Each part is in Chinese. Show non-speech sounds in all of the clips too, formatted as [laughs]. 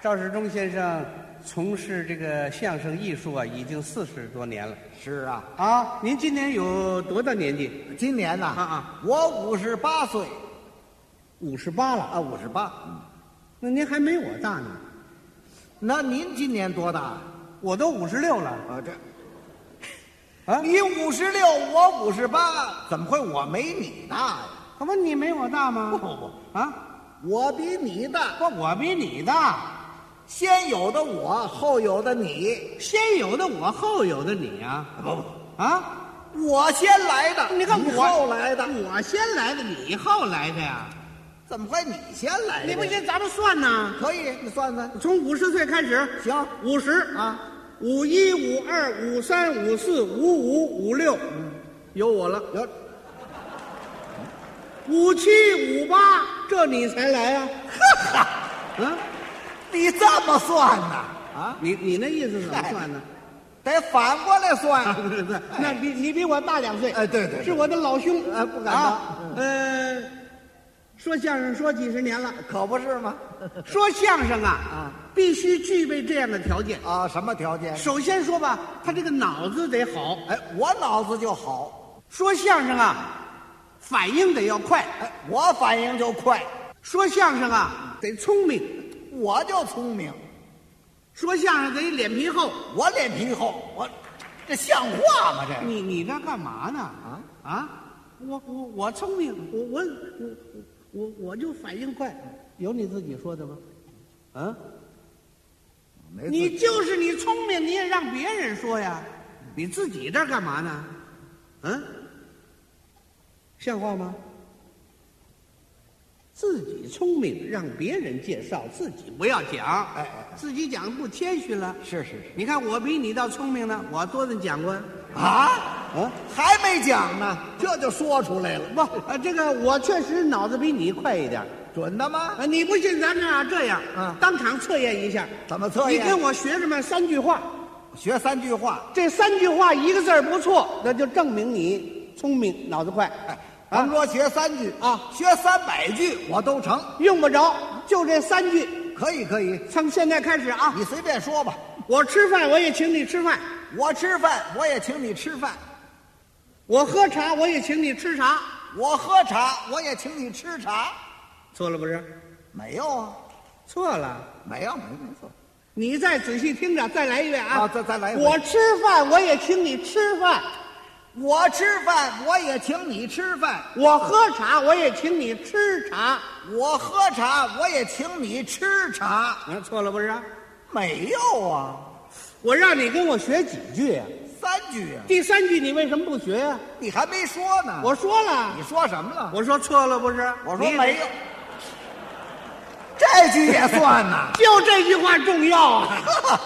赵世忠先生从事这个相声艺术啊，已经四十多年了是啊，啊。您今年有多大年纪？今年呐，啊啊我五十八岁五十八了，啊，五十八。那您还没我大呢，那您今年多大？我都五十六了啊，这啊。你五十六，我五十八，怎么会我没你大呀？可不，你没我大吗？不不不，啊，我比你大，不，我比你大，先有的我，后有的你，先有的我，后有的你啊，不不，啊。我先来的，你看我后来的，我先来的，你后来的呀？怎么会你先来的？你不信，咱们算呐。可以，你算算，从五十岁开始，行五十啊，五一、五二、五三、五四、五五、五六，嗯有我了。有五七、五八，这你才来 [laughs] 啊？嗯，你这么算呐？啊，你你那意思怎么算呢？得反过来算。 [laughs] 啊，对对， [laughs] 那比你比我大两岁，哎对对对是我的老兄，哎不敢当啊，呃，说相声说几十年 [laughs] 了，可不是吗？说相声啊，啊，必须具备这样的条件。啊，什么条件？首先说吧，他这个脑子得好，哎，我脑子就好，说相声啊，反应得要快，哎，我反应就快，说相声啊得聪明，我就聪明，说相声得脸皮厚。我脸皮厚，我这像话吗？这你你这干嘛呢？啊啊，我我我聪明，我我我我我就反应快，有你自己说的吗？啊，没你就是你聪明，你也让别人说呀，你自己这儿干嘛呢？嗯、像话吗？自己聪明，让别人介绍，自己不要讲，哎哎哎自己讲不谦虚了。是是是你看我比你倒聪明呢，我多的讲过，啊，啊。还没讲呢，这就说出来了，不，呃，这个我确实脑子比你快一点儿。准的吗？呃，你不信，咱们啊这样，嗯当场测验一下。怎么测你验？跟我学生们三句话，学三句话，这三句话一个字儿不错，那就证明你聪明，脑子快。哎，甭说学三句啊学三百句我都成，用不着，就这三句。可以可以，从现在开始啊，你随便说吧。我吃饭我也请你吃饭，我吃饭，我也请你吃饭；我喝茶我也请你吃茶，我喝茶，我也请你吃茶。错了不是？没有啊，错了。没有，没没错。你再仔细听着，再来一遍啊！啊再再来一遍我吃饭我也请你吃饭，我吃饭，我也请你吃饭；我喝茶我也请你吃茶。我喝茶，我也请你吃茶。啊，错了不是啊？没有啊，我让你跟我学几句呀、三句啊，第三句你为什么不学呀、你还没说呢。我说了你，说什么了？我说错了不是？啊我你说也。没有，，这句也算呐 [laughs] 就这句话重要啊！呵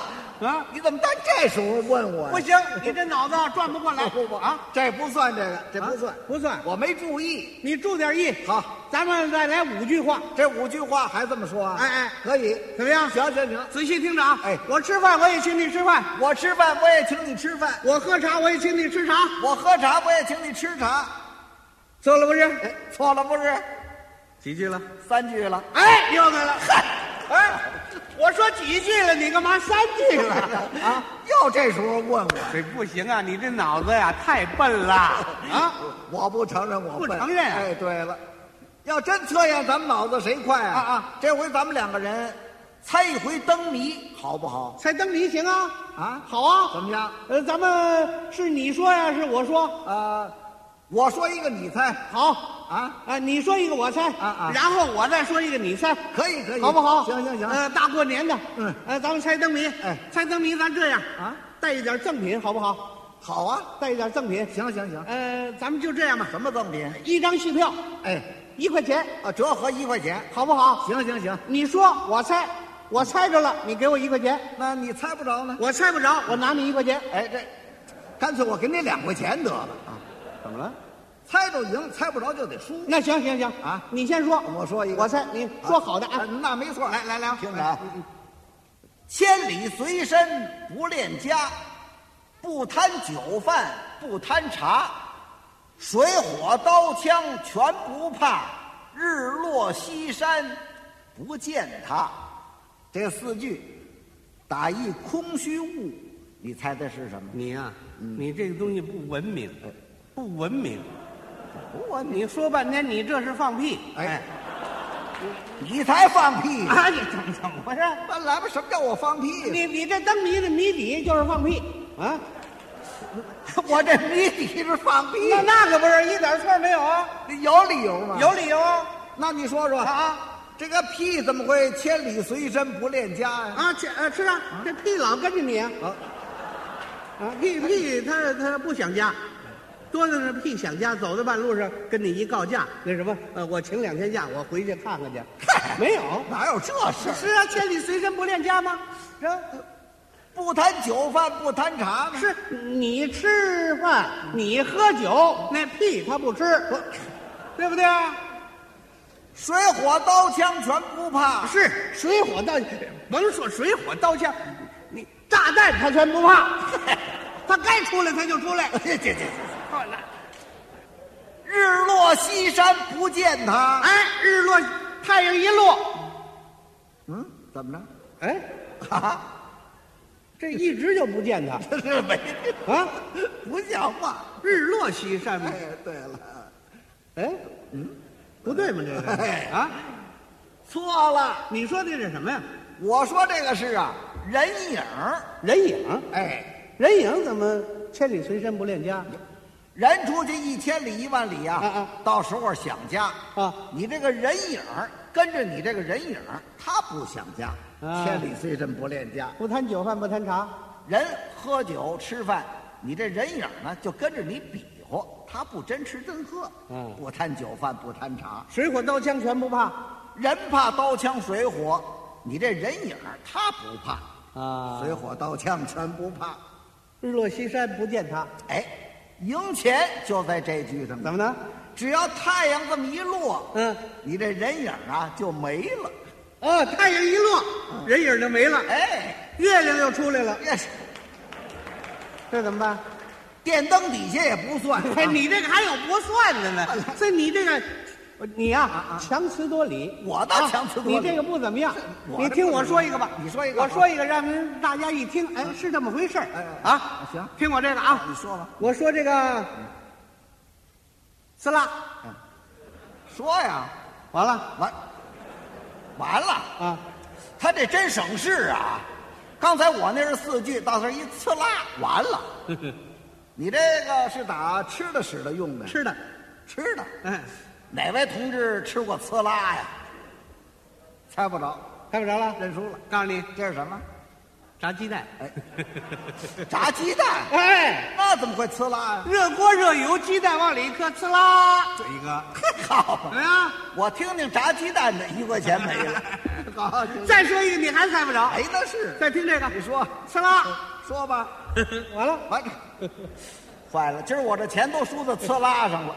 啊，你怎么到这时候问我呀？不行，你这脑子转不过来。 [laughs] 不不啊，，这不算这个，这不啊算，不算我没注意。你注点意。好，咱们再来五句话，这五句话还这么说啊？哎哎可以，怎么样？行行行，仔细听着啊！哎我吃饭我也请你吃饭，我吃饭我也请你吃饭，我喝茶我也请你吃茶，我喝茶我也请你吃茶。错了不是？哎，错了不是？几句了？三句 [laughs] 了。哎，又来了！哎，我说几句了，你干嘛三句了？ [laughs] 啊，又这时候问我，这不行啊！你这脑子呀太笨了啊！我不承认我不笨承认啊哎，对了，要真测验咱们脑子谁快啊啊啊！这回咱们两个人猜一回灯谜，好不好？猜灯谜行啊？啊好啊。怎么样？呃，咱们是你说呀，是我说？啊，我说一个，你猜好啊？啊，你说一个我猜啊啊然后我再说一个你猜，可以可以，好不好？行行行，呃，大过年的，嗯呃，咱们猜灯谜。哎猜灯谜，咱这样啊，带一点赠品好不好？好啊，带一点赠品。行行行，呃，咱们就这样吧，什么赠品？一张戏票哎，一块钱，啊，折合一块钱。好不好？行行行，你说我猜，我猜着了，你给我一块钱。那你猜不着呢？我猜不着，我拿你一块钱。哎，这干脆我给你两块钱得了啊！怎么了？猜着赢，猜不着就得输。那行行行啊你先说，我说一个我猜，你说好的啊啊。那没错。来来来，听着啊嗯，嗯千里随身不恋家，不贪酒饭不贪茶，水火刀枪全不怕，日落西山不见他。这四句打一空虚物，你猜猜是什么？你呀、你这个东西不文明，不文明。我你你说半天，你这是放屁！哎，你才放屁！啊，你怎么怎么回事？本啊来吧，什么叫我放屁？你你这灯谜的谜底就是放屁啊？我这谜底是放屁，那那可不是一点错儿没有啊，有理由吗？有理由啊那你说说，啊这个屁怎么会千里随身不恋家 [laughs] 呀、啊！这呃是啊，这屁老跟着你啊啊啊！屁屁他他不想家，多的是屁想家，走到半路上跟你一告假，那什么呃，我请两天假，我回去看看去，没有。哪有这事儿？是啊，千里随身不恋家吗？是啊不贪酒饭，不贪茶吗？是你吃饭，你喝酒，那屁他不吃，对不对啊？水火刀枪全不 [laughs] 怕，是水火刀，甭说水火刀枪，你炸弹他全不怕， [laughs] 他该出来他就出来。这这这，日落西山不见他。哎，日落太阳一落，嗯，怎么着？哎， [laughs] 啊，这一直就不见他 [laughs] 这是没，啊！不像话。日落西山嘛哎，，对了，哎，嗯，不对吗？这哎个啊，错了。你说这是什么呀？我说这个是啊，人影儿人影，哎，人影怎么千里随身不恋家？人出去一千里一万里啊，啊啊到时候想家啊你这个人影儿跟着你这个人影儿，他不想家，啊千里虽身不恋家。不贪酒饭，不贪茶。人喝酒吃饭，你这人影儿呢就跟着你比划，他不真吃真喝，嗯不贪酒饭，不贪茶。水火刀枪全不怕人怕刀枪水火，你这人影儿他不怕，啊水火刀枪全不怕。日落西山不见他，哎，赢钱就在这句上呢。怎么呢？只要太阳这么一落，嗯，你这人影啊就没了。哦，太阳一落，人影就没了，哎，月亮又出来了，这是这怎么 [laughs] 办？电灯底下也不算。啊哎，你这个还有不算的呢，所以你这个，你呀、强词夺理。我倒啊强词夺理啊你这个不怎么样。我你听我说一个吧，你说一个我说一个，让您大家一听，哎，是这么回事儿哎哎啊。行听我这个啊，你说吧，我说这个，撕拉说呀，完了完，完了，啊，他这真省事啊。刚才我那是四句，到这儿一刺啦，完 [laughs] 了。你这个是打吃的使的用的，吃的，吃的。哎，哪位同志吃过刺啦呀？猜不着，看不着了，认输了。告诉你，这是什么？炸鸡蛋。炸鸡蛋。哎，那怎么会刺啦 [laughs] 呀？热锅热油，鸡蛋往里一磕，呲啦，一个，好怎么样？我听听炸鸡蛋的，一块钱没 [laughs] 了。好，再说一个，你还猜不着。哎，那是再听这个，你说嗯呲啦，说吧，完了。 [laughs] 完，坏了，今儿我这钱都输在刺啦上 [laughs] 了。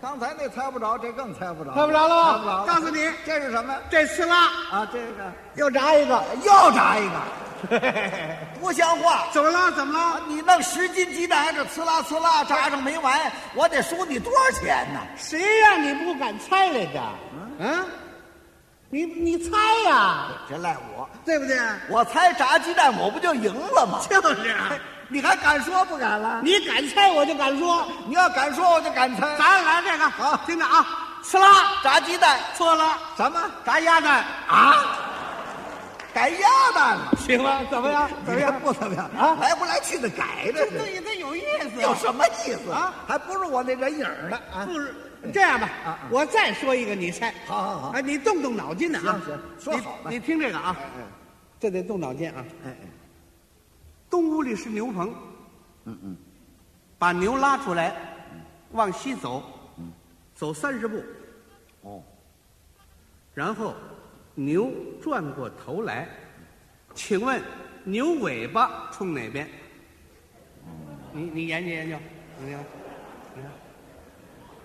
刚才那猜不着，这更猜不着，猜不着了吧猜不着。告诉你这是什么？这呲啦啊，这个又炸一个，又炸一个， [laughs] 不像话！怎么了？怎么了？你弄十斤鸡蛋，还这刺啦刺啦炸上没完，我得输你多少钱 [laughs] 呢？谁让你不敢猜来着？啊，你你猜呀、这赖我，对不对？我猜炸鸡蛋，我不就赢了吗？就是，啊你还敢说不敢了？你敢猜我就敢说。你要敢说，我就敢猜。咱来这个，好，听着啊，呲啦，炸鸡蛋错了，什么炸鸭蛋，啊？改鸭蛋了？行了，怎么样？怎么你样这？不怎么样啊来不来去的改这的，这这有意思有什么意思啊？还不如我那人影儿呢啊！不是这样吧、我再说一个，你猜。好好好哎，你动动脑筋呢啊！行行说好了你，你听这个啊，哎这得动脑筋啊。哎东屋里是牛棚，嗯嗯，把牛拉出来，往西走，走三十步，哦，然后牛转过头来，请问牛尾巴冲哪边？你你研究研究，你看，你看，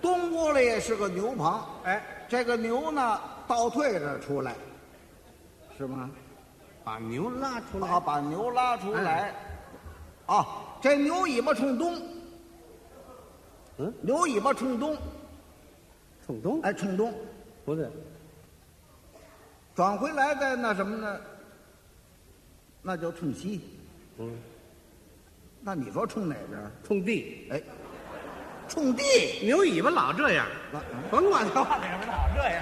东屋里也是个牛棚，哎，这个牛呢倒退着出来，是吗？把牛拉出来，啊，把牛拉出来，哎啊，这牛尾巴冲东，嗯，牛尾巴冲东，哎冲东哎，冲东。不是，转回来的那什么呢？那就冲西。嗯，那你说冲哪边儿？冲地，哎，冲地。牛尾巴老这样，那嗯甭管 [laughs] 他往哪边老这样。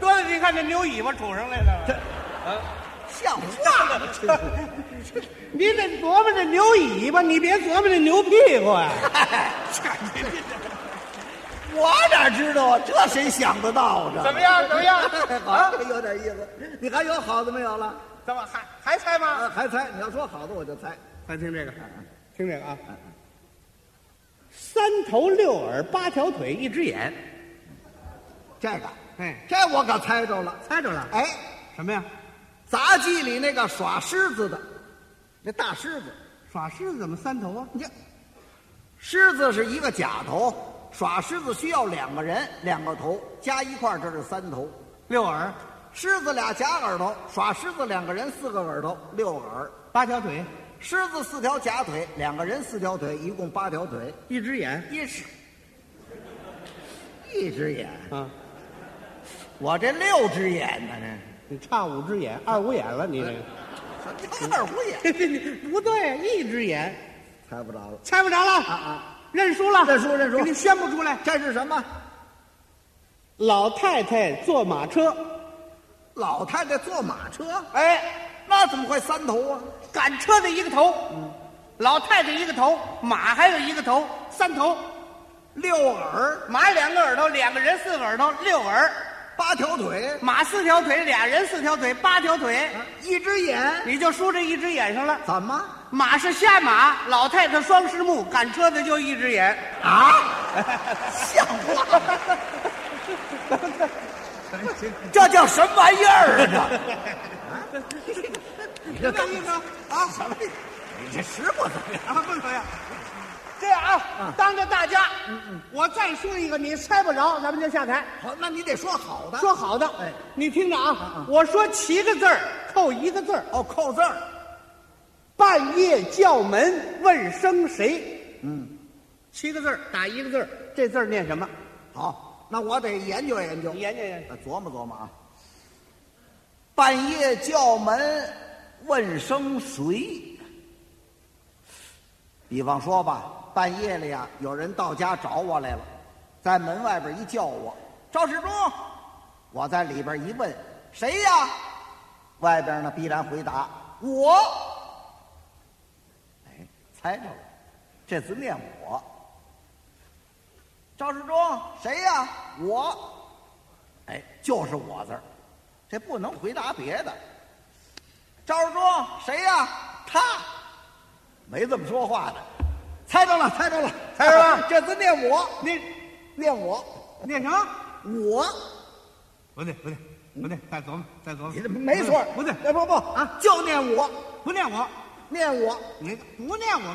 端着，你看这牛尾巴杵上来了。哎像话吗？这你得琢磨这牛尾巴，你别琢磨这牛屁股啊！我哪知道啊？这谁想得到这？怎么样？怎么样？ [laughs] 啊好，这有点意思。你还有好的没有了？怎么还还猜吗？啊，还猜？你要说好的，我就猜。咱听这个，听这个啊。三头六耳八条腿一只眼，这个，哎，这我可猜着了。猜着了？哎，什么呀？杂技里那个耍狮子的，那大狮子，耍狮子怎么三头啊？你看，狮子是一个假头，耍狮子需要两个人，两个头加一块儿，这是三头。六耳狮子俩假耳朵，耍狮子两个人四个耳朵，六耳。八条腿狮子四条假腿，两个人四条腿，一共八条腿。一只眼一只，一只眼，啊，我这六只眼呢，这你差五只眼，二五眼了，你 [laughs] 什么二胡眼？这个不对，一只眼猜不着了。猜不着了啊啊！认输了，认输认输给你宣布出来。这是什么？老太太坐马车，老太太坐马车？哎，那怎么会三头啊？赶车的一个头，老太太一个头，马还有一个头，三头，六耳，马两个耳朵，两个人四个耳朵，六耳，八条腿，马四条腿，俩人四条腿，八条腿，一只眼，你就输这一只眼上了。怎么马是瞎马，老太太双狮目，赶车的就一只眼。 [laughs] 啊？像话吗？这叫什么玩意儿啊？这，你这么意思啊啊？什么？你这师傅怎么样？啊，不怎么样。这样啊，当着大家，我再说一个，你猜不着，咱们就下台。好，那你得说好的。说好的，哎你听着啊，我说七个字儿，扣一个字儿。 [laughs] 哦，扣字儿，半夜叫门问声谁？嗯，七个字儿打一个字儿，这字儿念什么？好，那我得研究研究，你研究研究。呃琢磨琢磨啊。半夜叫门，问声谁？比方说吧，半夜里啊，有人到家找我来了，在门外边一叫我，赵世忠，我在里边一问，谁呀？外边呢必然回答我。哎，猜着了，这字念我。赵世忠，谁呀？我。哎，就是我字儿，这不能回答别的。赵世忠，谁呀？他，没这么说话的。猜着了，猜着了，猜着了 [laughs] 这字念我，念念我，念什么？我，不对，不对，不对，再琢磨，再琢磨。你这没错，不对，哎不不啊，就念我，不念我，念我，你不念我们。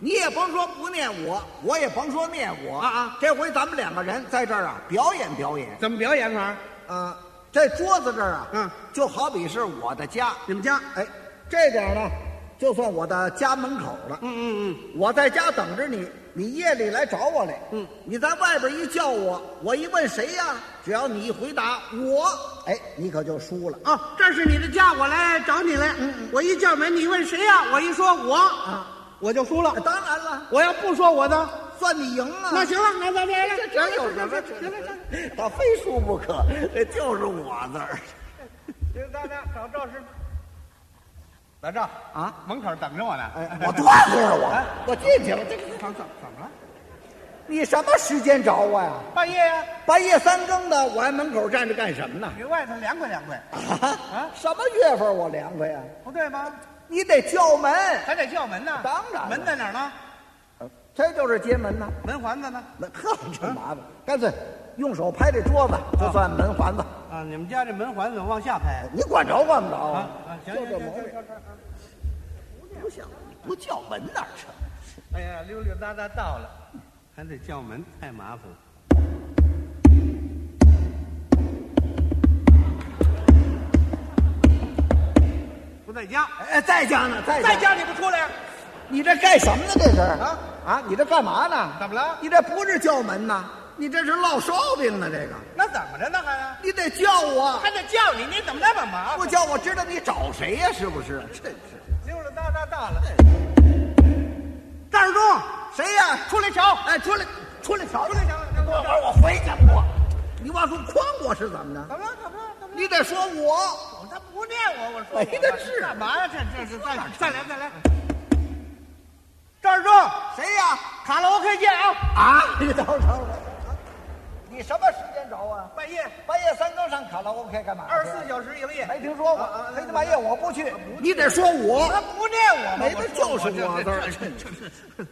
你也甭说不念我，我也甭说念我啊啊！这回咱们两个人在这儿啊，表演表演怎么表演法？啊。这桌子这儿啊，嗯，就好比是我的家，你们家？哎，这点儿呢，就算我的家门口了。嗯嗯嗯，我在家等着你，你夜里来找我来。嗯，你在外边一叫我，我一问谁呀、只要你一回答我，哎，你可就输了。哦，这是你的家，我来找你来。我一叫门，你问谁呀、我一说我，嗯啊，我就输了。当然了，我要不说我的，算你赢了。那行了，那咱来来，这这有什么？行了行了。这他非输不可，这就是我字儿。行，大家找赵师傅。老赵啊，门口等着我呢。哎，我断乎了哎我，我进去了。这个怎怎怎么了？你什么时间找我呀？半夜呀、半夜三更的，我还门口站着干什么呢？给外头凉快凉快，啊，什么月份我凉快呀？不对吗？你得叫门，还得叫门呢。当然了门在哪儿呢？这就是接门呐。门环子呢？那呵，这麻烦，干脆用手拍这桌子，就算门环子。啊，你们家这门环怎么往下拍？你管着管不着啊啊，啊？行就行这行毛行病，行。行不像不叫门哪儿成？哎呀，溜溜达达到了，还得叫门，太麻烦了。不在家，哎，在家呢，在在，家你不出来，你这干什么呢？这是啊啊啊！你这干嘛呢？怎么了？你这不是叫门呐？你这是烙烧饼呢？这个，那怎么着呢？还啊你得叫我，还得叫你，你怎么那么麻不烦？叫我知道你找谁呀、是不是？真是。溜溜达达大了，赵世忠，谁呀、出来瞧，哎，出来，出来瞧出来瞧，这会儿我非讲我，啊你往出诓我是怎么怎的？么了？怎么了？怎么了？你得说我，他不念我，我说没得治干嘛哎呀？这这是再再来再来，站住！谁呀、卡拉 OK 见啊！啊，你等会儿等会儿，你什么时间找我啊？半夜半夜三更上卡拉 OK 干嘛去？啊二十四小时营业，没听说啊啊过，黑的半夜我不去，你得说他我，不念我吗？没得就说是我字儿。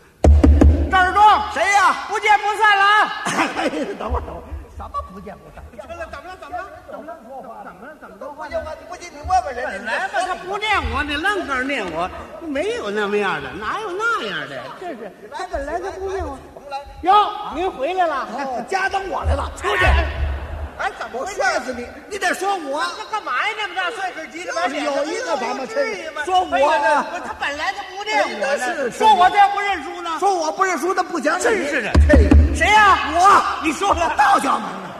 赵世忠，谁呀、不见不散了啊！哎，等会儿等会儿，什么不见不散？怎么了？怎么了？怎么了？怎么了？说话？怎么了？怎么说不见我，你不信你问问人家。本来吧，他不念我，你愣搁这念我，没有那么样的，哪有那样的？这是他本来就不念我。从来哟，您回来了，哦，家等我来了，出去！哎，怎么我回事？摔死你！你得说我，这干嘛呀？那么大岁数，急着就是有一个咱们至于吗？说我哎呀呢不是他本来就不念我真的是呢，说我这要不认输呢？说我不认输，那不讲理。真是的嘿，谁呀？我你说我了，倒叫门了。